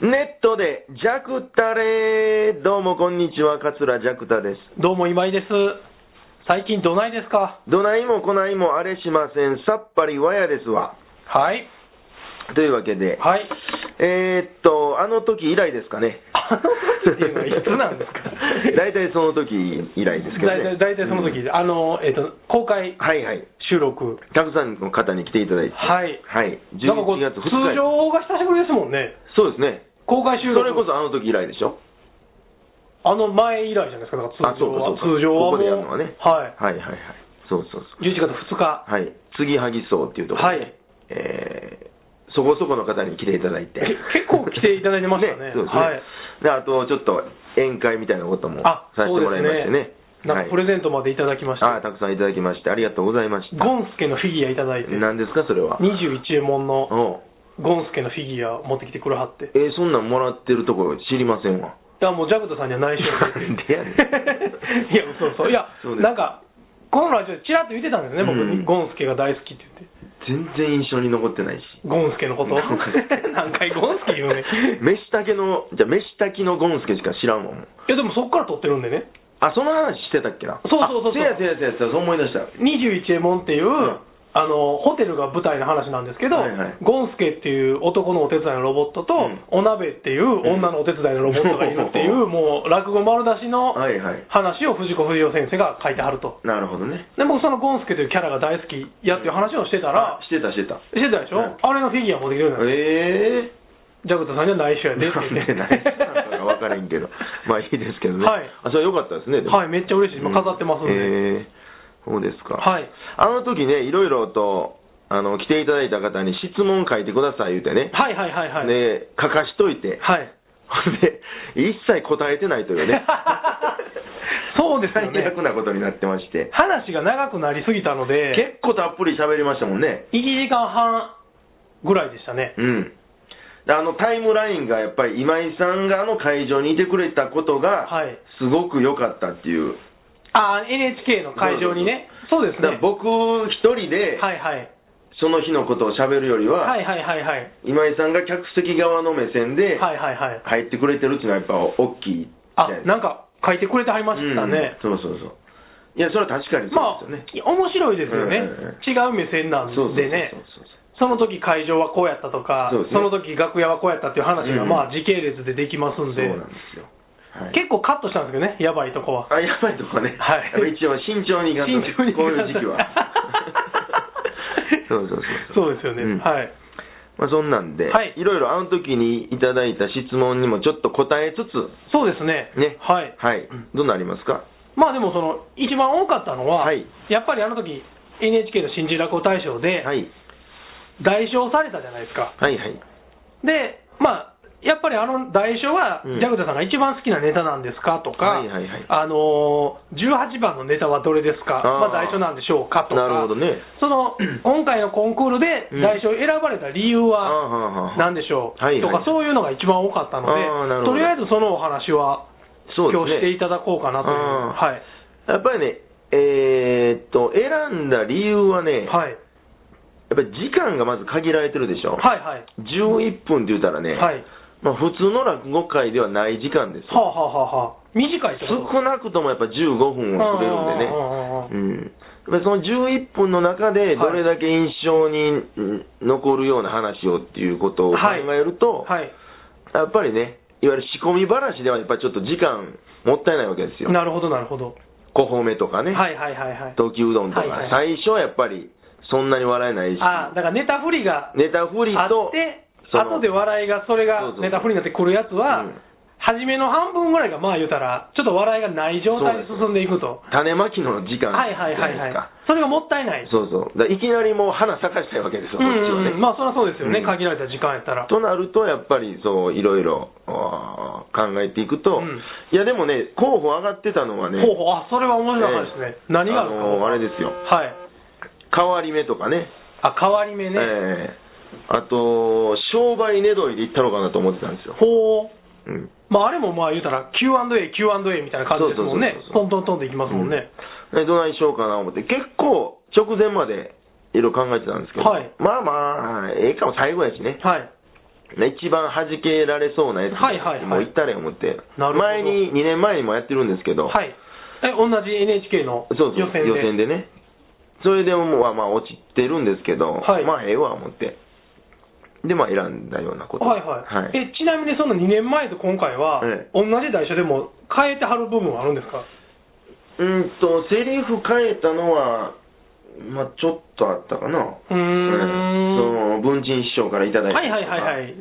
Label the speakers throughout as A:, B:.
A: ネットで、ジャクタレどうもこんにちは、桂ジャクタです。
B: どうも今井です。最近どないですか
A: どないもこないもあれしません、さっぱりわやですわ。
B: はい。
A: というわけで、
B: はい。
A: えーっと、あの時以来ですかね。
B: あの時っていうのはいつなんですか
A: 大体その時以来ですけどね。
B: 大体大体その時、
A: うん
B: あの、えっ、と、公開
A: はいはい。
B: 収録。
A: たくさんの方に来ていただいて。
B: はい
A: はい。
B: なんかこう、
A: 11月
B: 通
A: 2日。
B: 常が久しぶりですもんね。
A: そうですね。
B: 公開収
A: そ
B: 録。
A: れこそあの時以来でしょ。
B: あの前以来じゃないですか、だから
A: あ、
B: 通
A: そ
B: 常
A: うか
B: は。
A: そうか。
B: 通常はもう
A: ここでやるのはね。
B: はい。
A: はいはいはい。そうそうそう。
B: 11月2日。
A: はい。継ぎはぎ荘っていうところで、
B: はい
A: えーそこそこの方に来ていただいて。
B: け結構来ていただいてましたね
A: そう ですね。
B: はい
A: で、あと、ちょっと宴会みたいなことも
B: あ、
A: させてもらいましてね。
B: そうですなんかプレゼントまでいただきました。
A: はいあーたくさんいただきまして、ありがとうございました。
B: ゴンスケのフィギュアいただいて、
A: 何ですか、それは。
B: 21円もんの
A: おう
B: ゴンスケのフィギュア持ってきてくれはって。
A: えーそんなんもらってるところ知りませんわ。
B: だからもうジャグタさんには内緒
A: なんでやねん
B: いや、そうそう。いや
A: そうで、す
B: なんか、このラジオでチラッと言ってたんですね、僕、
A: うん
B: ゴンスケが大好きって言って。
A: 全然印象に残ってないし。
B: ゴンスケの こと。 何回ゴンスケ言うね。
A: 飯炊けの、じゃあ飯炊きのゴンスケしか知らんわ、もう。
B: いや、でもそっから撮ってるんでね。
A: あ、その話してたっけな。
B: そうそうそうそう
A: あせやせやせやせや、そう思い出した。
B: 21エモンっていう、
A: ん
B: あのホテルが舞台の話なんですけど、
A: はいはい
B: ゴンスケっていう男のお手伝いのロボットと、
A: うん
B: お鍋っていう女のお手伝いのロボットがいるっていうう、
A: ん
B: もう落語丸出しの
A: はいはい。
B: 話を藤子不二雄先生が書いてはると。
A: なるほどね。
B: で、僕、そのゴンスケというキャラが大好きやっていう話をしてたら
A: あ、してたしてた。
B: してたでしょ、
A: うん
B: あれのフィギュア持ってきてるんだよ。
A: ええ
B: ジャグタさんには内緒やでって
A: なん
B: 言っ
A: で
B: て。
A: ないなんか分からへんけど。まあいいですけどね。
B: はい
A: あ、それは良かったですね。でも
B: はい、めっちゃ嬉しい。今飾ってますん
A: う
B: で。
A: んええそうですか。
B: はい。
A: あの時ね、いろいろと、あの、来ていただいた方に質問書いてください言うてね。
B: はいはいはいはい。
A: で、書かしといて。
B: はい。
A: ほんで、一切答えてないというね。
B: そうですよね
A: 最悪なことになってまして。
B: 話が長くなりすぎたので、
A: 結構たっぷり喋りましたもんね。
B: 1時間半ぐらいでしたね。
A: うん。であのタイムラインがやっぱり今井さんがあの会場にいてくれたことが
B: はい、
A: すごく良かったっていう。
B: あー、NHK の会場にね。そうです
A: だから
B: ね。
A: 僕一人で、
B: はいはい。
A: その日のことを喋るよりは、
B: はいはいはいはい。
A: 今井さんが客席側の目線で、
B: はいはいはい。
A: 入ってくれてるっていうのはやっぱ大きいじゃ
B: あ
A: ないです、か。
B: なんか書いてくれてはりましたね。
A: うんそうそうそう。いや、それは確かに
B: まあ、
A: そうですよね。
B: 面白いですよね、
A: うんうんうん
B: 違う目線なん
A: そうそうそう
B: でね、
A: そうそう
B: その時会場はこうやったとか、
A: そうですね
B: その時楽屋はこうやったっていう話
A: うんう
B: が、
A: ん
B: まあ、時系列でできますん
A: そう
B: で、
A: なんですよ。はい
B: 結構カットしたんですけどね、やばいとこは。
A: あ、やばいとかね。
B: はい
A: やっぱ一応慎重にいかんとね
B: 慎重にいか
A: こうん
B: と
A: いう時期 は。そうそうそう
B: そうですよね、
A: うん
B: はい。
A: まあそんなんで、
B: はい
A: いろいろあの時にいただいた質問にもちょっと答えつつ、
B: そうですね。
A: ね。
B: はい。
A: はい。どうなりますか
B: まあでも、その、一番多かったのは、
A: はい
B: やっぱりあの時 NHK の新人落語大賞で、
A: はい。
B: 代表されたじゃないですか。
A: はいはい。
B: で、まあ、やっぱりあの代償は、
A: うん
B: ジャグタさんが一番好きなネタなんですかと
A: は
B: か、
A: いはいはい
B: あのー18番のネタはどれですか、
A: あー
B: まあ、代償なんでしょうかとか、
A: なるほどね
B: その今回のコンクールで
A: うん
B: 代償選ばれた理由は
A: あ
B: 何でしょう、
A: はいはい
B: とか、そういうのが一番多かったので
A: あーなる、ほど
B: とりあえずそのお話は、
A: そうですね
B: 今日していただこうかなという、
A: あーやっ
B: はい
A: ぱりね、えーっと、選んだ理由はね、
B: はい、
A: やっぱり時間がまず限られてるでしょ。
B: はい、はい、
A: 11分って言ったらね、
B: はい
A: まあ、普通の落語会ではない時間です
B: はあ、
A: よ、
B: はあはあはあ、短いってこと
A: 少なくともやっぱ15分はくれるんでねうん、
B: うんうんうんうん、
A: やっぱりその11分の中で、
B: い
A: どれだけ印象にうん残るような話をっていうことを考えると、
B: はい、
A: やっぱりね、いわゆる仕込み話では、やっぱりちょっと時間もったいないわけですよ、
B: なるほど、なるほど、
A: 5褒めとかね、
B: はいはいはいはい。
A: 時うどんとか、
B: はいは
A: 最
B: い
A: 初はやっぱりそんなに笑えないし、
B: あだからネタ振りが
A: ネタ振り
B: あ
A: と
B: っ、て、
A: その
B: 後で笑いが、それ
A: そうそう
B: がネタ振りになってくるやつは、
A: うん
B: 初めの半分ぐらいが、まあ言うたら、ちょっと笑いがない状態で進んでいくと。
A: 種まきの時間
B: はいはいは
A: じ
B: い
A: ゃな
B: は
A: で
B: い
A: すか
B: い。それがもったいない。
A: そうそう。だからいきなりもう花咲かしたいわけですよ、こ
B: う
A: っちは
B: ん
A: ね。
B: うんうん、まあそりゃそうですよね、
A: うん
B: 限られた時間やったら。
A: となると、やっぱりそう、いろいろあー考えていくと、
B: うん
A: いやでもね、候補上がってたのはね、
B: ほうほう、あ、それは面白かったですね。
A: えー
B: 何がある
A: あのーあれ
B: か
A: ですよ
B: はい。
A: 変わり目とかね、
B: あ、変わり目ね。
A: えーあと、商売ねどいで行ったのかなと思ってたんですよ。
B: ほう。
A: うん
B: まああれもまあ言うたら Q&A、Q&A みたいな感じですもんね。
A: そうそうそうそう
B: トントントンっていきますもんね。
A: うんでどないしようかな思って、結構直前までいろいろ考えてたんですけど、
B: はい
A: まあまあ、ええかも最後やしね、
B: はい。
A: ね一番弾けられそうなやつ、
B: はいはいはい
A: もう行ったれ思って、
B: なるほど
A: 前に、2年前にもやってるんですけど、
B: はい。え、同じ NHK の
A: そう
B: 予
A: そう予
B: 選
A: 選で
B: で。
A: ね、それでもう、まあまあ、落ちてるんですけど、
B: はい
A: まあ、ええわ、思って、で、まあ、選んだようなこと、
B: はいはい、
A: はい、
B: えちなみにその2年前と今回は、
A: ええ
B: 同じ台車でも変えてはる部分はあるんですか
A: うんと、セリフ変えたのは、まあ、ちょっとあったかな、
B: うー
A: うんその
B: ん
A: 文珍師匠からいただいた
B: はいはいはいはい、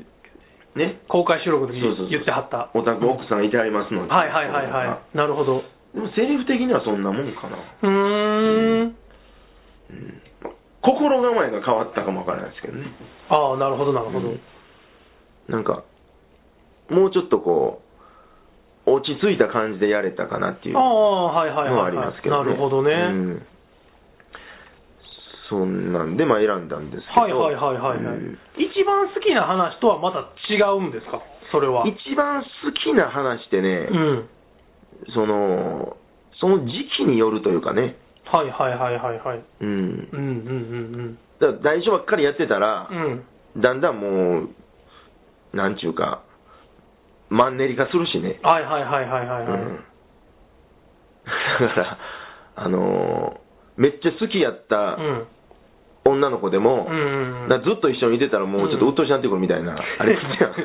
A: ね、
B: 公開収録の時
A: そうそうそう
B: 言ってはった、
A: お宅奥さんいてありますので、
B: はいはいはいはい、なるほど、う
A: でもセリフ的にはそんなもんかな、
B: ーん、
A: うん心構えが変わったかもわからないですけどね、
B: ああ、なるほどなるほど、
A: うんなんか、もうちょっとこう、落ち着いた感じでやれたかなっていう
B: あ
A: の
B: あ、はいはい
A: は
B: は
A: あ
B: い、
A: りますけ
B: な
A: どね。
B: るほどね、
A: うんそんなんで、まあ、選んだんです
B: は
A: け
B: い
A: ど、
B: はいはいはい、はい
A: うん
B: 一番好きな話とはまた違うんですか、それは。
A: 一番好きな話ってね、
B: うん、
A: その、その時期によるというかね、
B: はいはいはいはいはい、
A: うん
B: う、んうんうん
A: だから大書ばっかりやってたら
B: うん、う、ん、
A: だんだんもう、なんちゅうか、マンネリ化するしね、
B: はいはいはいはいはい、
A: う
B: はい
A: ん、だから、あのーめっちゃ好きやった
B: うん
A: 女の子でも
B: う、んうん
A: なずっと一緒にいてたら、もうちょっと鬱陶しなってくるみたいな、あれです やん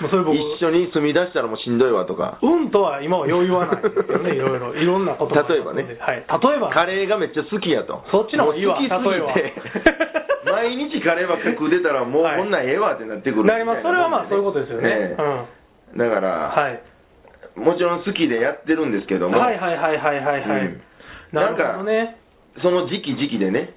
B: もうそれ僕
A: 一緒に住み出したらもうしんどいわとか、
B: うんとは今は余裕はないです よね、いろいろ、いろんなことがある
A: 例えばね
B: のではい、例えば、
A: カレーがめっちゃ好きやと、
B: そっちの方がいいわ
A: もう好きすぎて
B: 例えば
A: 毎日カレーばっかり食うてたら、もう
B: はい
A: こんなんええわってなってくるみ
B: な
A: た
B: り
A: い
B: ま
A: な
B: す、それはまあそういうことですよね、
A: ええ
B: うん
A: だから、
B: はい、
A: もちろん好きでやってるんですけども、
B: はいはいはいはいはいはい、
A: うん
B: なるほどね、
A: その時期時期でね、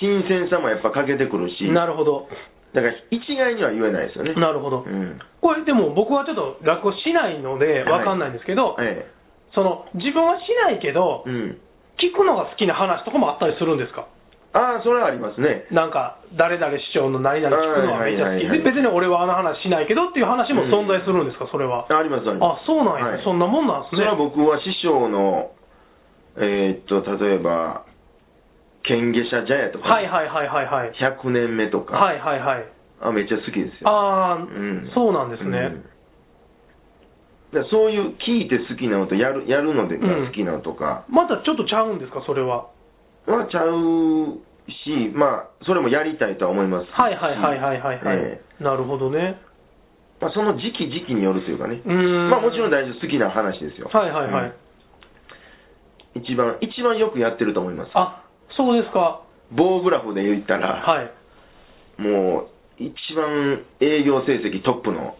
A: 新鮮さもやっぱ欠けてくるし、
B: なるほど、
A: だから一概には言えないですよね。
B: なるほど、
A: うん
B: これ、でも僕はちょっと落語しないのでわかんないんですけど、
A: え
B: その自分はしないけど
A: え、うん、
B: 聞くのが好きな話とかもあったりするんですか
A: ああ、それはありますね。
B: なんか、誰々師匠の何々聞くのはめっちゃ好
A: は
B: き、
A: いはいはいはい
B: 別に俺はあの話しないけどっていう話も存在するんですか、それは。
A: あります、ありま
B: あ、そうなんや、
A: はい
B: そんなもんなん
A: す。そ
B: ですね。
A: れは僕は師匠の、えーっと、例えば、剣下者茶屋とか、
B: はいはいはいはいはい。
A: 100年目とか、
B: はいはいはい。
A: あ、めっちゃ好きですよ。
B: ああ、
A: うん
B: そうなんですね。
A: うんだからそういう聞いて好きなのとやるやるのでが好きなのとか
B: またちょっとちゃうんですか、それは。
A: はちゃうし、まあ、それもやりたいとは思います。
B: はいはいはいはいはい、はい
A: え
B: なるほどね。
A: えまあ、その時期時期によるというかね
B: う、ーん。
A: まあもちろん大事好きな話ですよ。
B: はいはいはい。
A: うん一番、一番よくやってると思います。
B: あ、そうですか。
A: 棒グラフで言ったら、
B: はい。
A: もう、一番営業成績トップのや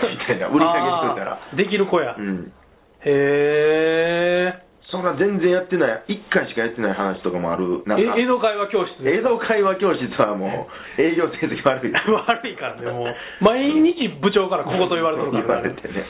A: つみた いな、売り上げしといたら
B: あ。ーできる子や。
A: うん。
B: へえ。
A: そんな全然やってない、一回しかやってない話とかもある。なんか
B: え江戸会話教室で
A: 映像会話教室はもう、営業成績悪いです。
B: 悪いからね、もう。毎日部長からここと言われてるから、
A: 言われてね。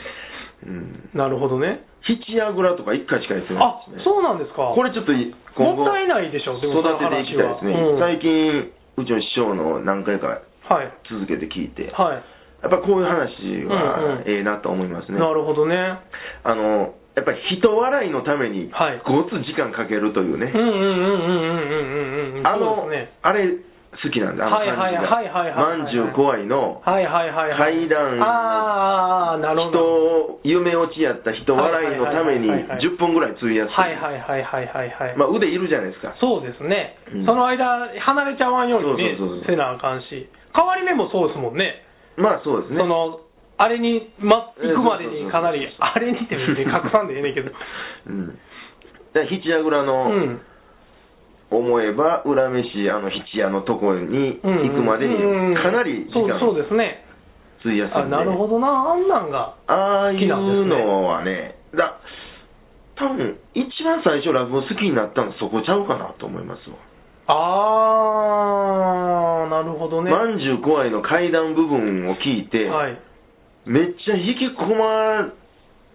A: うん。
B: なるほどね。
A: ヒチアグラとか一回しかやってな
B: あ
A: いですね。、
B: そうなんですか。
A: これちょっとい、今後
B: もったいないでしょでも
A: 育てていきたいですね。
B: その話は
A: 最近、うちの師匠の何回か
B: はい。
A: 続けて聞いて、
B: はい。
A: やっぱこういう話
B: うんう
A: は
B: ん
A: ええなと思いますね。
B: なるほどね。
A: あの、やっぱり人笑いのために、
B: はい
A: ごつ時間かけるという
B: うん
A: ね。
B: うんうんうんうんうんうんうん。
A: あの
B: そうですね、
A: あれ、好きなんだ、あの感じが。
B: はいはいはいはいはいはい
A: まんじゅう怖いの、
B: はいはいはいはい。
A: 階段
B: ああ、なるほ
A: 人
B: ど。
A: を、夢落ちやった人笑いのために
B: はいはいはいはいはい
A: 10分ぐらい費やす。
B: はいはいはいはいはいはい。
A: まあ腕いるじゃないですか。
B: そうですね、
A: うん
B: その間、離れちゃわんようにね
A: そうそうそうそう
B: せなあかんし、変わり目もそうですもんね、
A: まあそうですね。
B: そのあれに、ま、
A: ええ
B: 行くまでにかなり
A: そうそうそう、そう
B: あれにって 別に隠さんでええねんけど、
A: うん。だからヒチアグラ
B: う
A: の、
B: ん、
A: 思えば、裏飯、あの、ヒチアのとこに
B: うん
A: 行くまでに
B: うん、
A: かなり時
B: そう
A: 間
B: そう
A: を
B: ですね、
A: 費やす
B: あ
A: んで。
B: なるほどな、あんなんが、
A: ああい
B: 好きなんです
A: う
B: ね
A: のはね、だ多分一番最初、落語好きになったの、そこちゃうかなと思いますわ。
B: あー、なるほどね、
A: まんじゅう怖いの階段部分を聞いて、
B: はい、
A: めっちゃ引き込まれ、
B: うん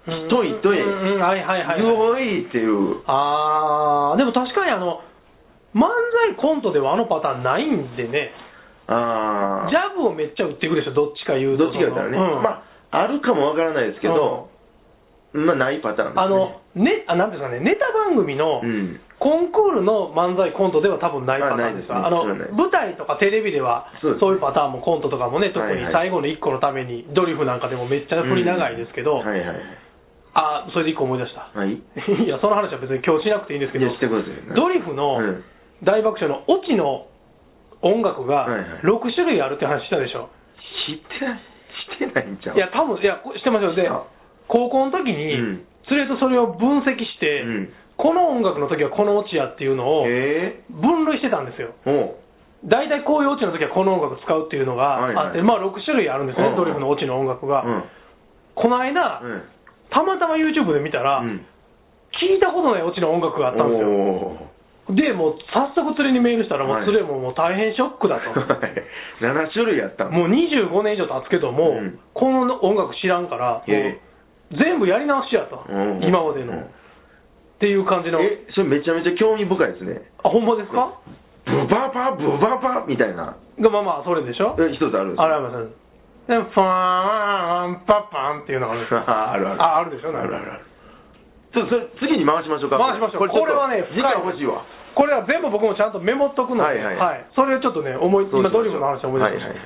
A: 太い太い
B: うんうんはいはいはい、
A: すごいっていう、
B: あー、でも確かにあの、漫才コントではあのパターンないんでね。
A: あ
B: ジャブをめっちゃ打っていくでしょ、どっちか
A: ー
B: 言う
A: どっ
B: と。
A: ちか言ったらね、
B: うん
A: まあ、あるかもわからないですけど、まあ、ないパターンです、ね。
B: あの、ね、あ、なんていうんですかね、ネタ番組の
A: うん。
B: コンクールの漫才コントでは多分ないパターンです
A: あ
B: が、あ
A: ないで
B: の、
A: すね
B: 舞台とかテレビでは
A: そうですね
B: そういうパターンもコントとかもね、特
A: はい
B: に
A: はい
B: 最後の1個のために、ドリフなんかでもめっちゃ振り長いですけ
A: うん
B: ど、
A: はいはい。
B: あ、それで1個思い出した。
A: はい。い
B: いや、その話は別に今日しなくていいんですけど
A: や、、してくださいよ。
B: ドリフの
A: うん
B: 大爆笑のオチの音楽が
A: はいはい
B: 6種類あるって話したでしょ。
A: 知ってない、知ってないんちゃう
B: いや、多分、いや、こしてますよ。で
A: あ、
B: 高校の時
A: う
B: に
A: ん、
B: 連れとそれを分析して、
A: うん
B: この音楽の時はこのオチやっていうのを
A: え
B: 分類してたんですよ。
A: ー、おう
B: 大体こういうオチの時はこの音楽使うっていうのが
A: はいはい
B: あって、まあ6種類あるんです
A: うん
B: ね
A: う、ん
B: ドリフのオチの音楽が。
A: うん。
B: この間、
A: うん。
B: たまたま YouTube で見たら、
A: うん
B: 聞いたことないオチの音楽があったんですよ。
A: おー
B: で、もう早速釣りにメールしたら、も
A: は
B: う
A: い
B: 釣りももう大変ショックだと。
A: 7種類やったの
B: もう25年以上経つけども、
A: うん
B: この音楽知らんから、もう
A: え
B: 全部やり直しやと
A: うん、
B: 今まで
A: う
B: の。
A: ん
B: っていう感じの、
A: えそれめちゃめちゃ興味深いですね
B: あ、ほんまですか
A: ブババブババみたいな
B: がまあまあ、それでしょ
A: え一つあるんです
B: あれありますで、ファーン、パッパンっていうのがあるんですよ
A: あるある
B: あ、あるでしょ、
A: あ
B: なん
A: る
B: か
A: あるあるちょっとそれ次に回しましょうか
B: 回しましょう。これ
A: ちっと
B: はね、
A: 時間欲しいわ
B: これは全部僕もちゃんとメモっとくの
A: は
B: で、
A: いはい
B: それをちょっとね、思い、
A: そうしましょう
B: 今ドリフの話を思い出しました。
A: は
B: で
A: いはい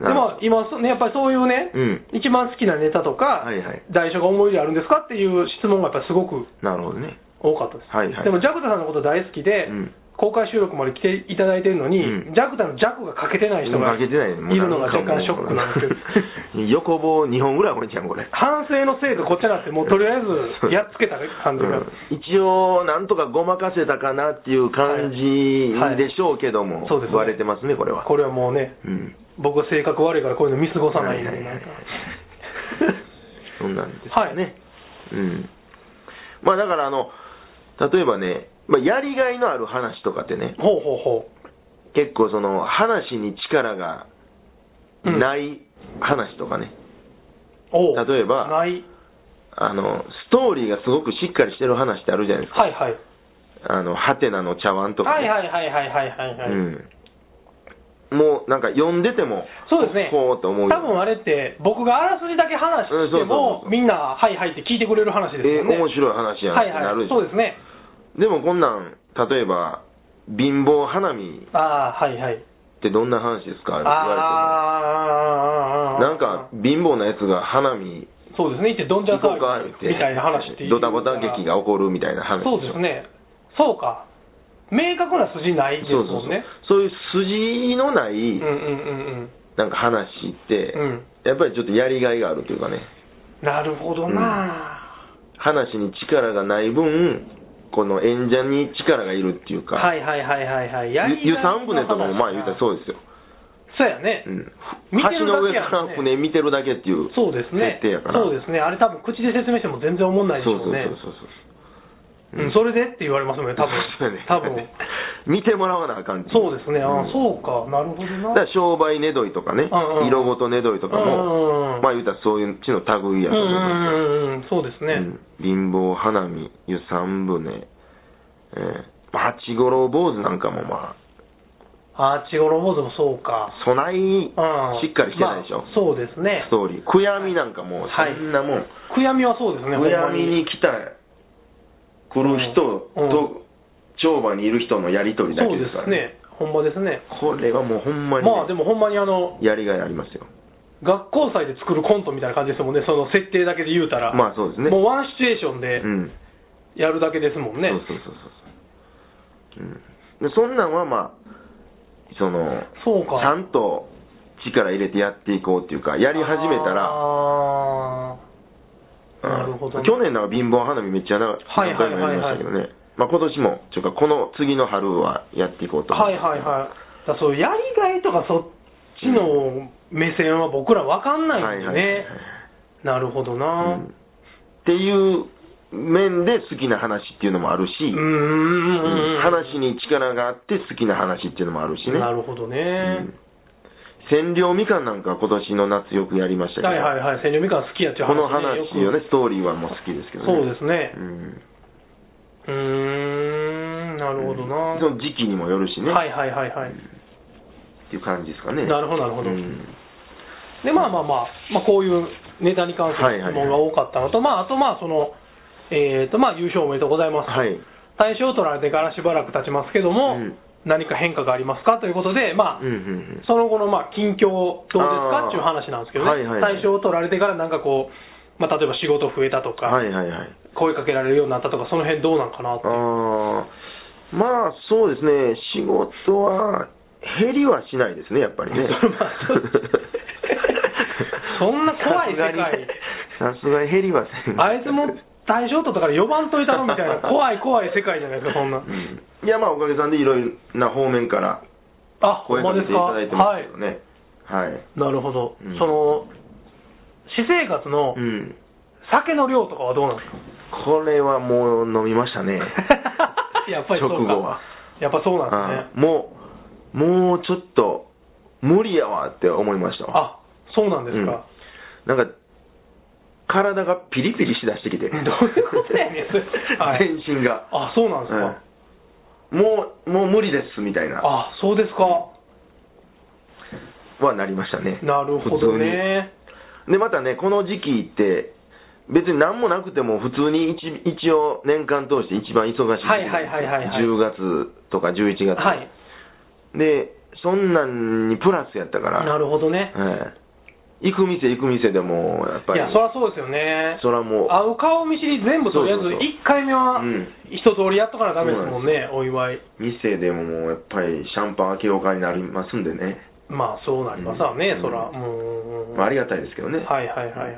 B: も今そ、ね、やっぱりそういうね、
A: うん
B: 一番好きなネタとか、
A: はいはい
B: 代償が思い入れあるんですかっていう質問がやっぱりすごく
A: なるほどね
B: 多かったです、
A: はいはい
B: でもジャクタさんのこと大好きで、
A: うん
B: 公開収録まで来ていただいてるのに、
A: うん
B: ジャクタのジャクが欠けてない人が
A: かけてないもう
B: るのが
A: なんか
B: 若
A: もう
B: 干ショックなんですけ ど。
A: 横棒2本ぐらいこれちゃんこれ
B: 反省のせいでこっちになって、もうとりあえずやっつけた感じが、
A: うん一応、なんとかごまかせたかなっていう感
B: はいはい
A: じでしょうけども、
B: そうですね
A: 割れてますね、これは。
B: これはもうね、
A: うん、
B: 僕は性格悪いからこういうの見過ごさないんで、
A: はいはい
B: なんか
A: そんなんですよ
B: はい
A: ね。うん。まあだから、あの、例えばね、まあ、やりがいのある話とかってね、
B: ほうほうほ
A: 結構その、話に力がない話とかね、
B: う。おう
A: 例えば
B: ない。
A: あの、ストーリーがすごくしっかりしてる話ってあるじゃないですか。
B: はいはい。
A: あの、ハテナの茶碗とか
B: はい
A: ね、
B: はいはいはいはいはいはい。
A: うん。もうなんか読んでても、
B: そうですね。
A: こうと思うよ
B: 多分あれって、僕があらすじだけ話しても、
A: うんそうそうそうそう
B: みんな、はいはいって聞いてくれる話です
A: え
B: よね。
A: 面白い話やなっ
B: は
A: て
B: い
A: なる
B: はい。
A: じゃん
B: そうですね。
A: でもこんなん、例えば、貧乏花見っ
B: ああ、はいはい。
A: てどんな話ですか言われ
B: ああ、
A: ても。なんか、貧乏なやつが花見
B: そうですね。ってどんじ
A: 行
B: ゃ
A: こうか言
B: 騒
A: って、
B: ぎみたいな話っていう。
A: ドタバタ劇が起こるみたいな話
B: そうですね。そうか。明確な筋ないです
A: そうそう
B: も
A: そ
B: ん
A: う
B: ね。。
A: そういう筋のない、
B: うんうんうんうん。
A: なんか話って、
B: うん
A: やっぱりちょっとやりがいがあるというかね、
B: なるほどな、
A: 話に力がない分、この演者に力がいるっていうか、
B: はいはいはいはいはい。やり
A: ゆ湯
B: がいの
A: 三船とかもまあ言うたらそうですよ。
B: そうやね。
A: うん
B: 見て
A: 橋の
B: るだ
A: 上
B: けや
A: から
B: んね
A: 船見てるだけっていう
B: そうですね。
A: 設定やから。
B: そうですね。あれ多分口で説明しても全然思んないでし
A: そう
B: ょ
A: そう
B: うね。
A: そうそう。
B: うんそれでって言われますもんね、多分
A: そうやね
B: 多分。
A: 見てもらわなあかんってい
B: そうですね。あー、
A: ん
B: そうか。なるほど
A: だ
B: な。
A: から商売ねどいとかね、
B: うんうん
A: 色ごとねどいとか
B: うんうんうん
A: も、まあ言うたらそういうちの類
B: う
A: い
B: ん
A: やと思いますよ
B: うんうんうん。そうですね。
A: うん貧乏花見、湯三船、えー、バチゴロ坊主なんかもまあ、
B: あー、チゴロ坊主もそうか。
A: 備え
B: うん。
A: しっかりしてないでしょ、
B: まあそうですね
A: ス。トーリー。悔やみなんかもう、
B: はい
A: そんなもん、
B: 悔やみはそうですね。
A: 悔やみに来た、来る人
B: うん
A: と、帳場にいる人のやりとりだ
B: ほ
A: け
B: んまに。そ
A: でから
B: うですすね。ほんまですね。
A: これはもうほんまに、
B: まあでもほんまにあの、
A: やりがいありますよ。
B: 学校祭で作るコントみたいな感じですもんね。その設定だけで言うたら。
A: まあそうですね
B: もうワンシチュエーションで
A: うん。
B: やるだけですもんね。
A: そうそうそうそう。うん。でそんなんはまあ、その、
B: そうか
A: ちゃんと力入れてやっていこうっていうか、やり始めたら、
B: あー
A: うん
B: なるほどね、
A: 去年なんか貧乏花見めっちゃ長
B: はいは
A: 何回
B: いはいはい
A: もやりましたけどね。まあ今年も、ちゅうかこの次の春はやっていこうと思
B: はいはい
A: い。
B: はい。だからそうやりがいとかそっちの目線は僕らわかんないんでね。なるほど
A: うん
B: な。
A: っていう面で好きな話っていうのもあるし、
B: うーん。
A: うん
B: ん
A: 話に力があって好きな話っていうのもあるしね。
B: なるほどね。
A: うん千両みかんなんかは今年の夏よくやりましたけど、
B: はいはいはい。千両みかん好きやっちゃう
A: この話
B: ね
A: よね
B: よく、
A: ストーリーはもう好きですけどね。
B: そうです
A: う
B: ね。
A: ん。
B: うーん。なるほどな。
A: その時期にもよるしね。
B: はいはいはいはい。
A: っていう感じですかね。
B: なるほどなるほど
A: うん
B: で、まあまあまあ、まあ、こういうネタに関する質問が多かったのと、まあ、あとまあ、その、えっ、と、まあ、優勝おめでとうございます。
A: はい。
B: 大賞を取られてからしばらく経ちますけども、
A: うん
B: 何か変化がありますかということで、まあ、
A: うんうんうん。
B: その後のまあ近況どうです
A: あ
B: か
A: ー
B: っていう話なんですけどね、
A: はいはいはい
B: 対象を取られてからなんかこう、まあ、例えば仕事増えたとか、
A: はいはいはい。
B: 声かけられるようになったとか、その辺どうなんかなっ
A: あ
B: て。。
A: ーまあそうですね、仕事は減りはしないですね、やっぱりね
B: そんな怖い世界
A: さすがに減りはせん。
B: あいつも大賞取ったから呼ばんといたのみた いな、怖い怖い世界じゃないですか、そんな。
A: うんいや、まあおかげさんでいろいろな方面から
B: あ、ほ
A: 声
B: んま
A: か
B: で
A: け
B: す
A: てい
B: か。
A: ただいてま
B: は
A: す
B: い
A: け。どね。はい。
B: なるほど。
A: うん
B: その、私生活の
A: うん。
B: 酒の量とかはどうなんですか。
A: これはもう飲みましたね
B: やっぱりそうか
A: 直後は。
B: やっぱ そうなんですね
A: あ。ーもう、もうちょっと無理やわって思いましたわ。
B: あ、そうなんですか。
A: うん、なんか、体がピリピリしだしてきて。
B: どういうことやねんそれ はい
A: 全身が。
B: あ、そうなんですか。
A: うんもう、もう無理です、みたいな。
B: あ、そうですか。
A: はなりましたね。
B: なるほ
A: 普
B: どね。
A: 通に。で、またね、この時期って、別に何もなくても普通に一一応年間通して一番忙しい時期なんですよ。
B: はいはいはいはいはい
A: 10月とか11月。
B: はい。
A: で、そんなんにプラスやったから。
B: なるほどね。
A: はい行く店行く店でも、やっぱ
B: い
A: り。
B: や、そりゃそうですよね。
A: そらもう
B: 会う顔見知り全部とりあえず
A: そうそうそう
B: 1回目は
A: うん
B: 一通りやっとかなダメですもんね、お祝い。
A: 店でももうやっぱりシャンパン開けようかになりますんでね、
B: まあそうなりますわね、
A: うん
B: そら。うん。
A: まあ、ありがたいですけどね、
B: はいはいはいはい。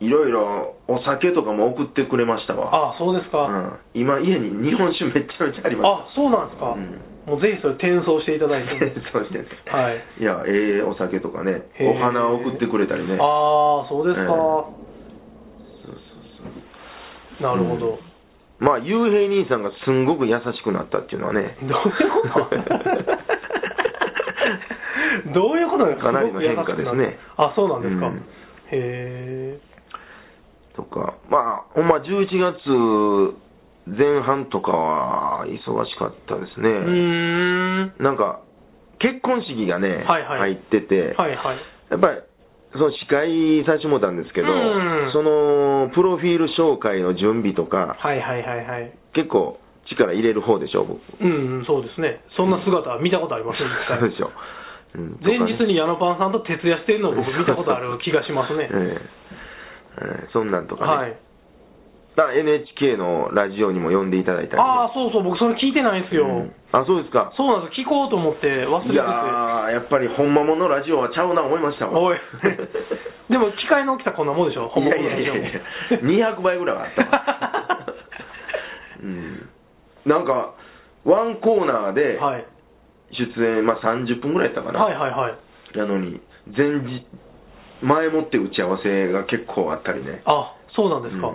A: いろいろお酒とかも送ってくれましたわ、
B: あ、そうです
A: う
B: か。
A: ん、今、家に日本酒めちゃめちゃあります
B: あ、そうなんですか。
A: うん
B: もうぜひそれ転送していただいて。
A: そうしてんです
B: はい。
A: いや、ええお酒とかね、
B: へー
A: お花を送ってくれたりね、
B: ああ、そうですか。
A: そうそうそう
B: なるほど。
A: うんまあ、ゆうへい兄さんがすんごく優しくなったっていうのはね、
B: どういうこと どういうことですか
A: かなりの変化ですね
B: あ、そうなんですか。
A: うん
B: へえ。
A: とか、まあ、ほんま11月前半とかは忙しかったですね。
B: うーん。
A: なんか、結婚式がね、
B: はいはい
A: 入ってて、
B: はいはい。
A: やっぱり、その司会最初もたんですけど、
B: うん
A: その、プロフィール紹介の準備とか、
B: はいはいはいはい。
A: 結構力入れる方でしょ、僕。
B: うん、そうですね。そんな姿は見たことありません、一回
A: そうでしょ。うんとか
B: 前
A: ね
B: 日に矢野パンさんと徹夜してるのを僕見たことある気がしますね。
A: ええええそんなんとかね。
B: はい。
A: だから NHK のラジオにも呼んでいただいたりね、
B: ああ、そうそう、僕それ聞いてないんですよ。
A: うんあ、そうですか。
B: そうなんです聞こうと思って忘れて
A: い
B: て
A: や。ー、やっぱり本物のラジオはちゃうな思いましたわ
B: おい。でも、機械の大きさこんなもんでしょ、ほん
A: い
B: ま
A: や
B: ほ
A: い
B: ん
A: や
B: まで
A: い
B: しょ
A: やいや、200倍ぐらいはあった わうん、なんか、ワンコーナーで
B: はい。
A: 出演、まあ、30分ぐらいやったかな、
B: はいはいはい。
A: なのに、前日、前もって打ち合わせが結構あったりね、
B: あ、そうなんですか。
A: うん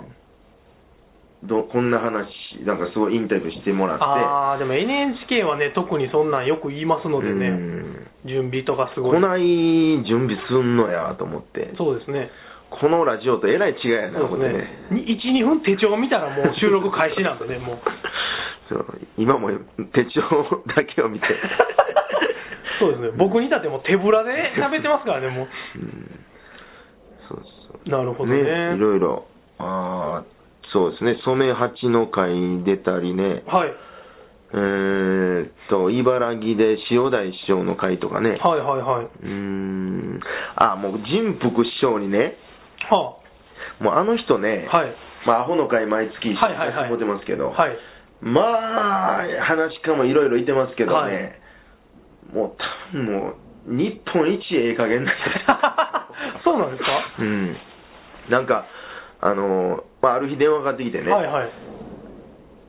A: どこんな話、なんかすごいインタビューしてもらって、
B: ああ、でも NHK はね、特にそんなんよく言いますので
A: う
B: ね、
A: ん
B: 準備とかすご
A: こ
B: い。
A: ない準備すんのやと思って、
B: そうですね。
A: このラジオとえらい違いやな、
B: そう
A: 思って
B: ですね。1、2分手帳見たらもう収録開始なんでね、もう。
A: そう今も手帳だけを見て
B: そうですね。僕にだってもう手ぶらで喋ってますからね、もう。
A: うんそうそう
B: なるほどね
A: いろいろああそうですね染め八の会に出たりね
B: はい。
A: えーっと茨城で塩大師匠の会とかね、
B: はいはいはい。
A: うーんあもう仁福師匠にね
B: は
A: もうあの人
B: あ、
A: ね、
B: はい。
A: まあアホの会毎月
B: はいはいはい
A: 持ってますけど、
B: はい。
A: まあ話家もいろいろいてますけどね、
B: はい
A: もう多分もう日本一ええ加減な
B: そうなん ですか
A: うん、なんか、あのまあ、ある日電話かかってきてね、
B: はいはい。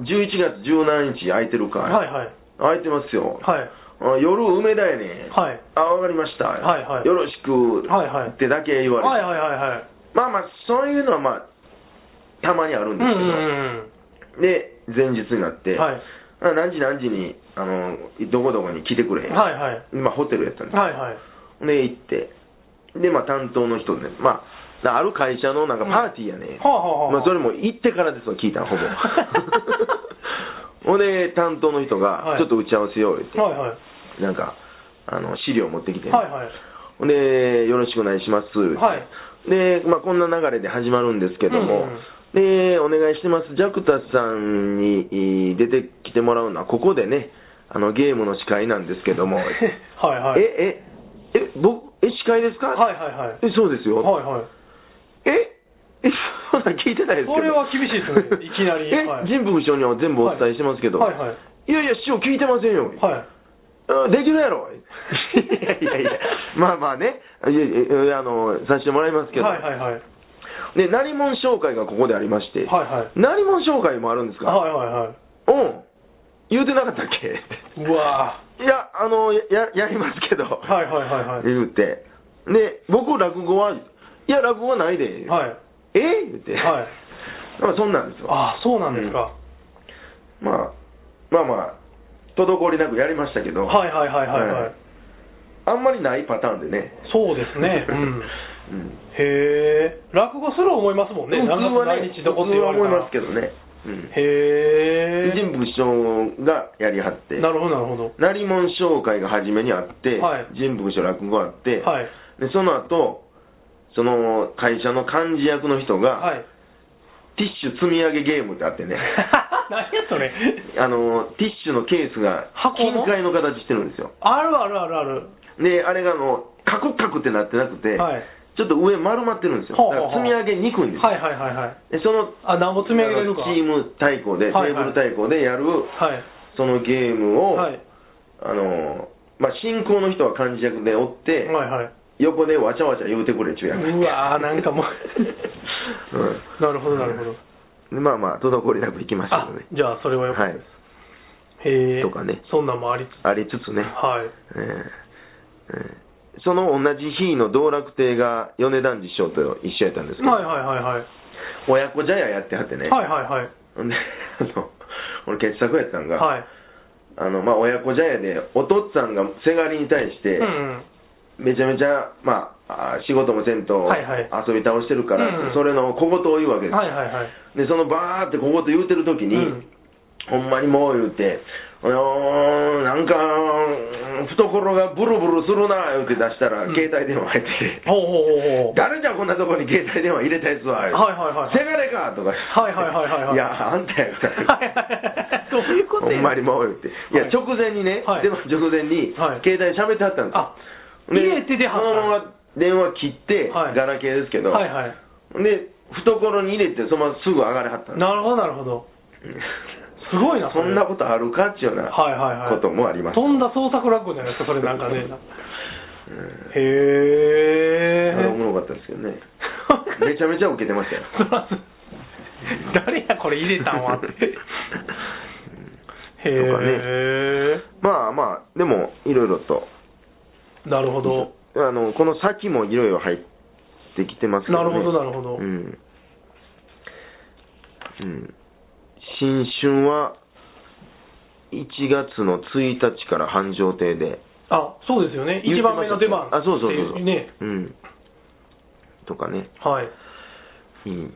A: 11月17日空いてるか、
B: はいはい。
A: 空いてますよ、
B: はい。
A: あ夜梅田やねん、
B: はい。
A: あわかりました、
B: はいはい
A: よろしく、
B: はいはい
A: ってだけ言われて、
B: はいはいはいはい。
A: まあまあ、そういうのは、まあ、たまにある
B: うんん
A: ですけ
B: うん
A: ど、で、前日になっ
B: う
A: て、
B: ん。はい。
A: あ何時何時にあのどこどこに来てくれ、
B: はいはい。
A: 今、ホテルやったんです、
B: はいはい。
A: で、行って、で、まあ、担当の人で、まあ、ある会社のなんかパーティーやね、
B: はあはあはあ。
A: まあ、それも行ってからですわ、聞いたのほぼ。 ほんで、担当の人
B: は
A: が、
B: い
A: ちょっと打ち合わせよう言って、
B: はいはい。
A: なんか、あの資料持ってきて、
B: はいはい。
A: ほんで、よろしくお願いします。
B: はい
A: で、まあ、こんな流れで始まるんですけども、
B: うんうん
A: で、お願いしてます。ジャクタさんにい出てきてもらうのは、ここでね、あの、ゲームの司会なんですけども、
B: はいはい。
A: え、え、え、僕、え、司会ですか
B: はいはいはい。
A: え、そうですよ。
B: はいはい。
A: ええ、そんなん聞いてないですけど。
B: それは厳しいですねいきな り
A: え、
B: はい
A: 神保師匠には全部お伝えしてますけど、、
B: はいはいはい
A: やいや、師匠聞いてませんよ。
B: はい。
A: あできるやろ いやいやいや、まあまあね、いやいやあのさせてもらいますけど、
B: はいはいはい。
A: で、何者紹介がここでありまして、
B: はいはい
A: 何者紹介もあるんですか、
B: はいはいはい。
A: うん、言うてなかったっけ
B: うわ ぁ。
A: いや、あの、や、やりますけど、
B: はいはいはいはい。
A: 言うて、で、僕、落語は、いや、落語はないで、
B: はい。
A: え言うて、
B: はい
A: まあそんなんですよ。
B: ああ、そうなんですか。
A: まあ、まあまあ、滞りなくやりましたけど、
B: はいはいはいはいはい。
A: あんまりないパターンでね。
B: そうです ね。うん。
A: うん
B: へえ。落語する思いますもんね。
A: 普通はね、
B: 何日どこって言われ
A: 普通は思い
B: たら
A: ますけどね。うん。
B: へえ。
A: 神部師匠がやりはって、
B: なるほどなるほど。
A: 成門紹介が初めにあって、
B: はい
A: 神部師匠落語あって、
B: はい
A: で、その後、その会社の幹事役の人
B: は
A: が、
B: い。
A: ティッシュ積み上げゲームってあってね、
B: 何や それ。
A: あの、ティッシュのケースが
B: 箱
A: 金
B: の
A: 塊の形してるんですよ。
B: あるあるあるある。
A: で、あれがあの、カクカクってなってなくて、
B: はい
A: ちょっと上丸まってるんですよ。
B: ほうほうほう
A: だから積み上げにくいんですよ。
B: はいはいはいはい。
A: でその、
B: あ、何本積み上げれるか。
A: あのチーム対抗で、
B: はい
A: テーブ
B: はい
A: ル対抗でやる、
B: はい。
A: そのゲームを、
B: はい。
A: あの、まあ、進行の人は漢字役でおって、
B: はいはい。
A: 横でわちゃわちゃ言うてくれちゅうや
B: うわーなんかもう
A: う
B: なるほどなる ほど。
A: ん。でまあまあ、滞りなく行きました
B: あ
A: けどね、。
B: じゃあそれはよか
A: は
B: った
A: い
B: です。。へえ。
A: とかね
B: そんなんもありつ
A: ありつつね。
B: つ。はい。
A: えーえーその同じ日の道楽亭が米團次師匠と一緒やったんですけど、
B: はいはいはいはい。
A: 親子茶屋やってはってね、
B: はいはいはい。
A: ほんで、 あの、俺傑作やったんが、
B: はい。
A: あの、まあ、親子茶屋で、お父っつぁんがせがりに対して
B: う、んうん。
A: めちゃめちゃ、まあ、あー仕事もせんと、
B: はいはい
A: 遊び倒してるから、
B: うんうん
A: それの小言を言うわけです。
B: はいはいはい。
A: で、そのバーって小言言うてる時に、
B: うん
A: ほんまにもう言うて、あのーなんか、懐がブルブルするな、言うて出したら、
B: うん
A: 携帯電話入ってきて、
B: ほうほうほうほう。
A: 誰じゃこんなとこに携帯電話入れたやつは、
B: はいはいはいはい
A: せがれかとか、
B: はいはいはいはいはい
A: いや、あんたやから
B: はい はいはいどういうことや
A: ほんまにもう言って、い
B: は
A: や、
B: い
A: 直前にね、
B: はい
A: でも直前に
B: はい、
A: 携帯喋ってはったんです
B: あ
A: よ。で
B: 入れて出はった
A: そのまま電話切って、
B: はい
A: ガラケーですけど、
B: はいはい。
A: で、懐に入れて、そのまますぐ上がれはったんです
B: なるほどなるほど。すごい な。
A: そんな
B: こ
A: ことあるかっちゅうような
B: はいはいはい。
A: こともあります。
B: 飛んだ創作落語じゃないですか、それなん か
A: う
B: ね。
A: ん
B: へ
A: あれお
B: え。
A: もろかったですけどね。めちゃめちゃ受けてましたよ
B: 誰やこれ入れたんは って。へ
A: とか
B: え。
A: まあまあ、でも、いろいろと。
B: なるほど。
A: あの、この先もいろいろ入ってきてますけど、ね。
B: なるほどなるほど
A: うん。うん。新春は、1月の1日から繁盛亭で。
B: あ、そうですよね。一番目の出番。
A: あ、そうそうそうそう。
B: ね。
A: うん。とかね。
B: はい。
A: うん、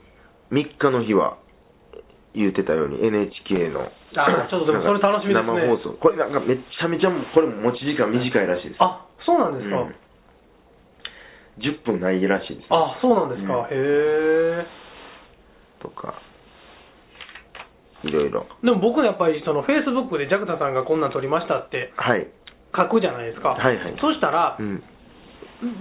A: 3日の日は、言うてたように NHK の。
B: あーちょっとでもそれ楽しみですね
A: なんか生放送。これなんかめちゃめちゃ、これも持ち時間短いらしいです。
B: あ、そうなんですか。
A: うん10分ないらしいです。
B: あ、そうなんですか。
A: うん
B: へえ。
A: とか、いろいろ。
B: でも僕やっぱりそのフェイスブックでジャクタさんがこんなん撮りましたって
A: はい。
B: 書くじゃないですか。
A: はいはい
B: そしたら、
A: うん。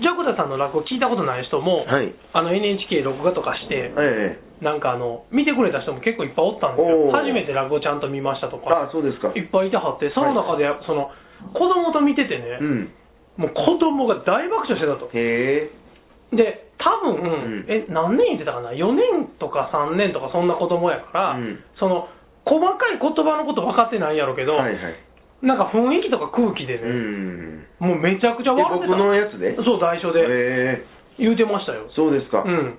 B: ジャクタさんの落語聞いたことない人も、
A: はい
B: あの NHK 録画とかして、
A: ええ。
B: なんかあの見てくれた人も結構いっぱいおったんで
A: お
B: すよ。
A: ー
B: 初めて落語ちゃんと見ましたと
A: あ、
B: か、
A: そうですか。
B: いっぱいいてはって、その中でその子供と見てて
A: う
B: ね、
A: ん。
B: もう子供が大爆笑してたと。
A: へえ。
B: で、多分、
A: うん
B: え、何年言ってたかな ?4 年とか3年とかそんな子供やから、
A: うん
B: その、細かい言葉のこと分かってないんやろうけど、
A: はいはい。
B: なんか雰囲気とか空気で
A: う
B: ね、
A: ん。で、
B: もうめちゃくちゃ笑って
A: 僕
B: た。
A: のやつで
B: そう、代償で
A: へえ。
B: 言うてましたよ。
A: そうですか。
B: うん。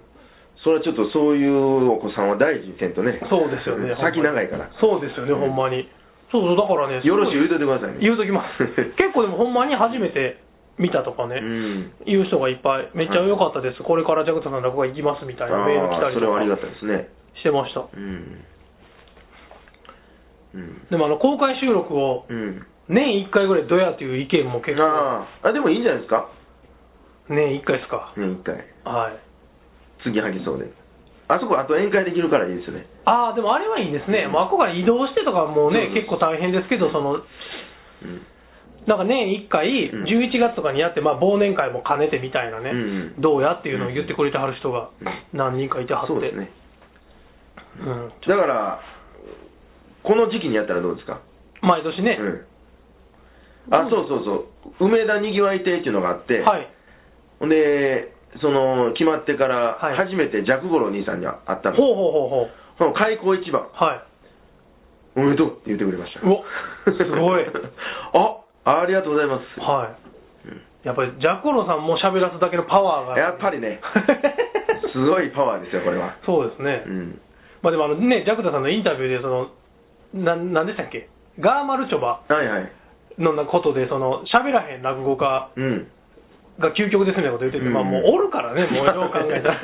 A: それはちょっとそういうお子さんは大事にせんとね。
B: そうですよね。
A: 先長いから。
B: そうですよね、ほんまに。そうそう、だからね、す
A: よろ
B: ご
A: しい言うといてくださいね。
B: 言うとき ます。結構でもほんまに初めて見たとかね、
A: うん。
B: 言う人がいっぱい、めっちゃ良かったです、これからジャクタさんの落語行きますみたいなメール来た
A: あー
B: り
A: そ
B: と
A: れはありが
B: か
A: たいですね。
B: してました。
A: うん。うん。
B: でもあの公開収録を
A: うん。
B: 年1回ぐらいどやという意見も結構
A: あーあ、でもいいんじゃないですか
B: 年1回ですか。
A: 年1回。
B: はい。
A: 次はぎそうで。あそこ、あと宴会できるからいいですよね。
B: ああ、でもあれはいいんです
A: う
B: ね。
A: ん
B: まあ、あこから移動してとかもね、
A: そうです
B: 結構大変ですけど、そ
A: う
B: の、
A: ん。
B: なんか年1回、
A: うん
B: 11月とかにやって、まあ、忘年会も兼ねてみたいなね、
A: うんうん
B: どうやっていうのを言ってくれてはる人が
A: う
B: 何人かいてはって。
A: そうですね。
B: うん。
A: だから、この時期にやったらどうですか、
B: 毎年ね。
A: うん、あ、そうそうそう、梅田にぎわい亭っていうのがあって、
B: はい。
A: ほんで、その決まってから
B: はい
A: 初めてジャクゴロ兄さんに会った
B: ほう
A: の、
B: ほうほうほう。
A: その開口一番、
B: はい。
A: おめでとうって言ってくれました。
B: うわすごい
A: あありがとうございます。
B: はい。
A: うん
B: やっぱりジャコロさんも喋らすだけのパワーが。
A: やっぱり ねすごいパワーですよ、これは。
B: そうですね。
A: うん、
B: まあでもあのね、ジャクダさんのインタビューで、その、なん、なんでしたっけガーマルチョバ
A: はいはい。
B: のなことで、その、喋らへん落語家
A: うん
B: が究極ですみたいなこと言ってて、
A: うん
B: まあもうおるから
A: 。
B: ね、もうどう考えたら
A: い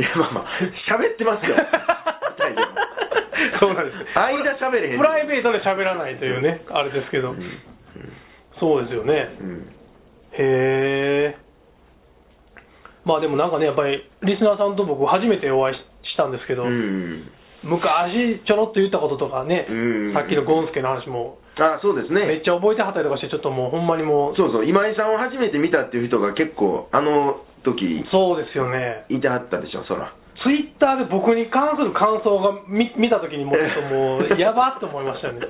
A: や、まあまあ、喋ってますよ。 大丈夫
B: そうなんです。
A: 間喋れへん。
B: プライベートで喋らないというね、あれですけど
A: うん。
B: そうですよね。
A: うんうん
B: へえ。まあでもなんかね、やっぱり、リスナーさんと僕初めてお会いししたんですけど、
A: うん
B: 昔ちょろっと言ったこととかね、
A: うん
B: さっきのゴンスケの話も、
A: あそうです
B: めっ
A: ね。
B: ちゃ覚えてはったりとかして、ちょっともうほんまにもう、
A: そうそう、今井さんを初めて見たっていう人が結構、あの時、
B: そうですよね。
A: いてはったでしょ、そら。
B: ツイッターで僕に関する感想が見 見たときにもうちょっともう、やばっと思い ましたね。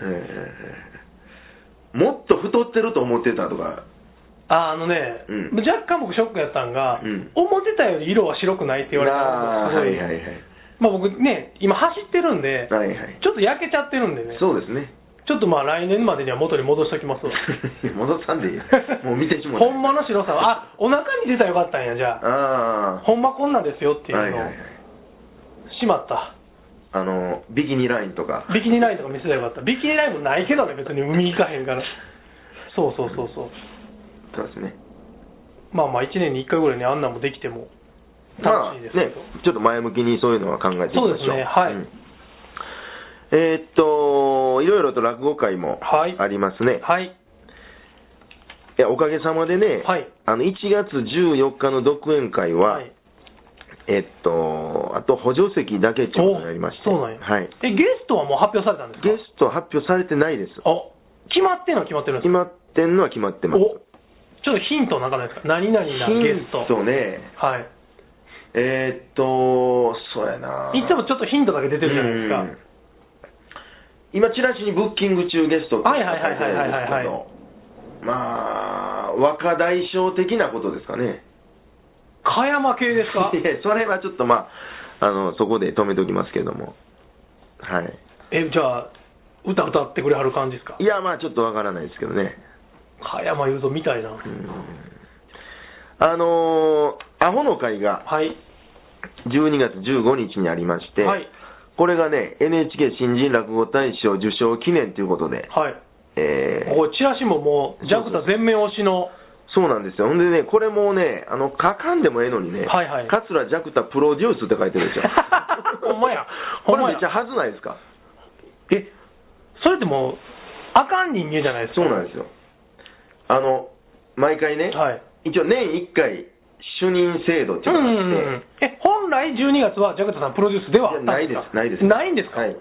A: ええもっと太ってると思ってたとか、
B: ああのね、
A: うん
B: 若干僕ショックやったんが、
A: うん
B: 思ってたより色は白くないって言われた
A: あー
B: の
A: は
B: がすご
A: い
B: い
A: はいはい。
B: まあ僕ね、今走ってるんで、
A: はいはい。
B: ちょっと焼けちゃってるんでね、
A: そうです ね。
B: ちょっとまあ来年までには元に戻しておきますわ
A: 戻さんでいいよ。 もう見てしもうた
B: ほんまの白さは、あお腹に出たらよかったんや、じゃあ、
A: ああ。
B: ほんまこんなんですよっていうのを、
A: はいはいはい。
B: しまった、
A: あの、ビキニラインとか。
B: ビキニラインとか見せたらよかった、ビキニラインもないけどね、別に海行かへんから、そうそうそうそう、
A: そうですね。
B: まあまあ、1年に1回ぐらいね、あんなんもできても
A: まあ
B: 楽しい
A: ね
B: ですけど、、
A: ちょっと前向きにそういうのは考えていきましょう。
B: そうですねはい
A: んえーっと、いろいろと落語会も
B: はい
A: ありますね。
B: はい、
A: いやおかげさまでね、
B: はい
A: あの1月14日の独演会は、
B: はい、
A: えっと、あと補助席だけちょっとやりまして、
B: おそうなんや、
A: はい、
B: え、ゲストはもう発表されたんですか
A: ゲスト発表されてないです。
B: あ決まってんのは決まってるんですか
A: 決まってんのは決まってます。
B: おちょっとヒントなんかないですか何々なゲスト。
A: そうね、
B: はい。
A: えーっと、そうやな。
B: いつもちょっとヒントだけ出てるじゃないです
A: うん
B: か。
A: 今チラシにブッキング中ゲストって書
B: はいい
A: て
B: はい
A: あ
B: はいはいはいはい
A: るんですけどまあ若大将的なことですかね
B: 加山系です か
A: いやそれはちょっとまああのそこで止めておきますけどもはい
B: え、じゃあ、歌歌ってくれはる感じですか
A: いやまあちょっとわからないですけどね
B: 加山雄三みたいな。
A: うんあのーアホの会が
B: はい。
A: 12月15日にありまして、
B: はい。
A: これがね NHK 新人落語大賞受賞記念ということで、
B: はい。
A: えー
B: これチラシももう、ジャクタ全面推しの、
A: そうなんですよ。ほんでね、これもね、あの、書かんでもええのにね、
B: はいはい
A: 桂ジャクタプロデュースって書いてるでしょ。
B: ほんまや
A: こ
B: ほんま
A: れめ
B: や
A: っちゃはずないですか。
B: え、それってもう、あかん人間じゃないですか。
A: そうなんですよ。あの、毎回ね、
B: はい。
A: 一応年1回、主任制度って
B: う
A: い
B: ん
A: うの
B: うん
A: が
B: う
A: あって
B: ん、え、本来12月はジャクタさんプロデュースではあ
A: い
B: っ
A: や
B: た
A: ない
B: ん
A: で、
B: ですすか
A: ないです。
B: ないんですか
A: はい。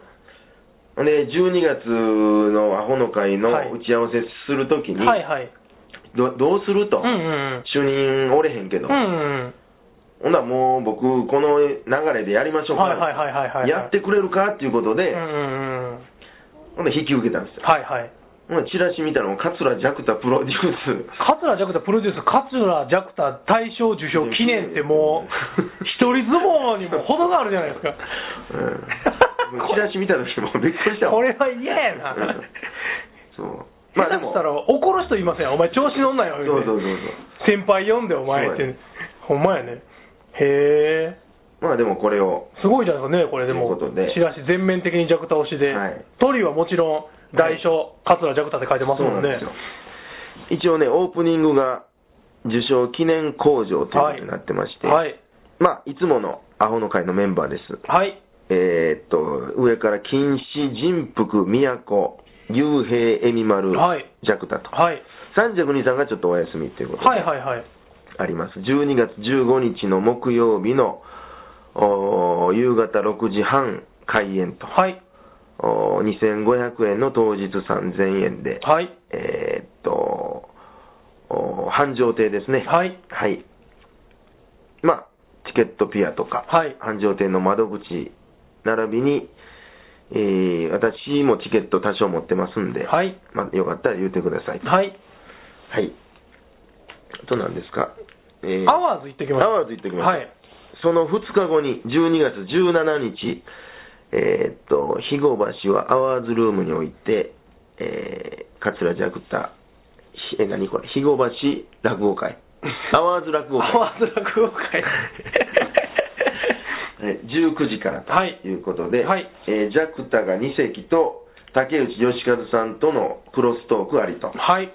A: ほんで、12月のアホの会の
B: はい
A: 打ち合わせするときに、
B: はいはい。
A: ど、どうすると、
B: うんうんうん。
A: 主任おれへんけ
B: う
A: ど、
B: んうん。
A: ほんならもう僕、この流れでやりましょうか、
B: はいはいはいはいはい
A: やってくれるかっていうことで、
B: うんうんうん。
A: ほんで引き受けたんですよ。
B: はいはい。
A: ほんでチラシ見たらもう、桂ジャクタプロデュー ス。、
B: 桂ジャクタプロデュース、桂ジャクタ大賞受賞記念ってもう 一人相撲にも程があるじゃないですか。
A: うん、もうチラシ見た時もうびっくりしたわ
B: これは嫌やな
A: うん。そう。
B: まあでも。したら怒る人いません。お前調子乗んなよ。
A: そう
B: 言
A: そう
B: て
A: そうそう。
B: 先輩読んで、お前っ
A: そう
B: て
A: やね。
B: ほんまやね。へえ。
A: まあでもこれを、
B: すごいじゃないですかね、これでも。
A: ということで
B: チラシ全面的にジャクタ推しで
A: はい。
B: トリはもちろん、大賞、桂ジャクタって書いてます
A: そうな
B: も
A: ん
B: ん
A: で
B: ね
A: す。よ。一応ね、オープニングが受賞記念工場ということになってまして、
B: はい。
A: まあ、いつものアホの会のメンバーです。
B: はい。
A: えーっと、上から金子、人福、都、雄平、恵美丸、
B: はい
A: ジャクタと。
B: はい。
A: 32さんがちょっとお休みっていうことで
B: はいはいはい。
A: あります。12月15日の木曜日のおー夕方6時半開演と、
B: はい。
A: おー2500円の当日3000円で、
B: はい。
A: えーっと、お繁盛亭ですね。
B: はい。
A: はい。まあ、チケットピアとか、
B: はい
A: 繁盛店の窓口、並びに、えー私もチケット多少持ってますんで、
B: はい。
A: まあ、よかったら言ってください。
B: はい。
A: はい。あと何ですか、えー
B: アワーズ行ってきまし
A: ア
B: た。
A: ワーズ行ってきました
B: はい。
A: その2日後に、12月17日、えーっと、肥後橋はアワーズルームにおいて、えー、桂ジャクタ、ひえ、何これ、肥後橋落語 会。アワーズ落語会。
B: アワーズ落 語会。
A: えー19時から
B: はい
A: ということで、
B: はい
A: えージャクタが2席と、竹内義和さんとのクロストークありと。こ
B: はい。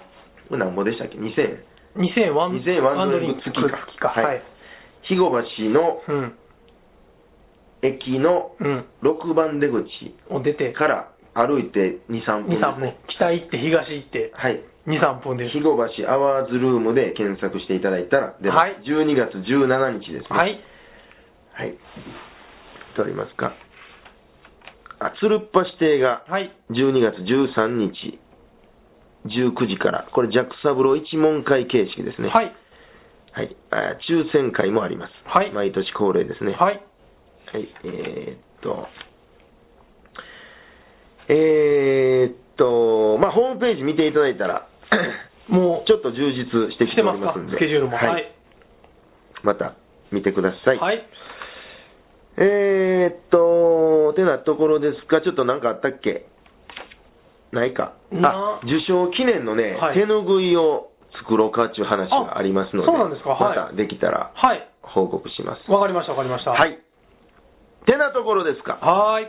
A: れ何ぼでしたっけ ?2000 円。
B: 2000ワン
A: 2000ワンドリンク
B: ワ
A: 付き
B: ンド
A: か
B: か。
A: は
B: はいい。
A: 肥後橋の
B: うん。
A: 駅の
B: うん。
A: 6番出口。
B: を出て、
A: から歩いて2、3分
B: 2、3分。北行って東行って、
A: はい。
B: 2、3分です
A: 肥。後橋アワーズルームで検索していただいたら出
B: は
A: ま
B: い
A: す。12月17日ですね。
B: は。い。
A: はい。とありますか。あ、鶴橋亭が
B: はい。
A: 12月13日、19時から、これ、ジャックサブロー一問会形式ですね。
B: はい。
A: はい。あ抽選会もあります。
B: はい
A: 毎年恒例ですね。
B: はい。
A: はい、えーっと、えーっと、まあ、ホームページ見ていただいた ら、
B: もう、
A: ちょっと充実してきて
B: 来て
A: お
B: ま
A: り
B: す
A: ま
B: か
A: すんで、
B: スケジュールも。
A: はい
B: はい。
A: また見てください。
B: はい。
A: えーっと、てなところですか、ちょっとなんかあったっけないか。あ
B: な、
A: 受賞記念のね、
B: はい
A: 手拭いを作ろうかっていう話がありますので、
B: あそうなんですかはい
A: またできたら
B: はい。
A: 報告します。
B: わかりました、わかりました。
A: はい。てなところですか。
B: はーい。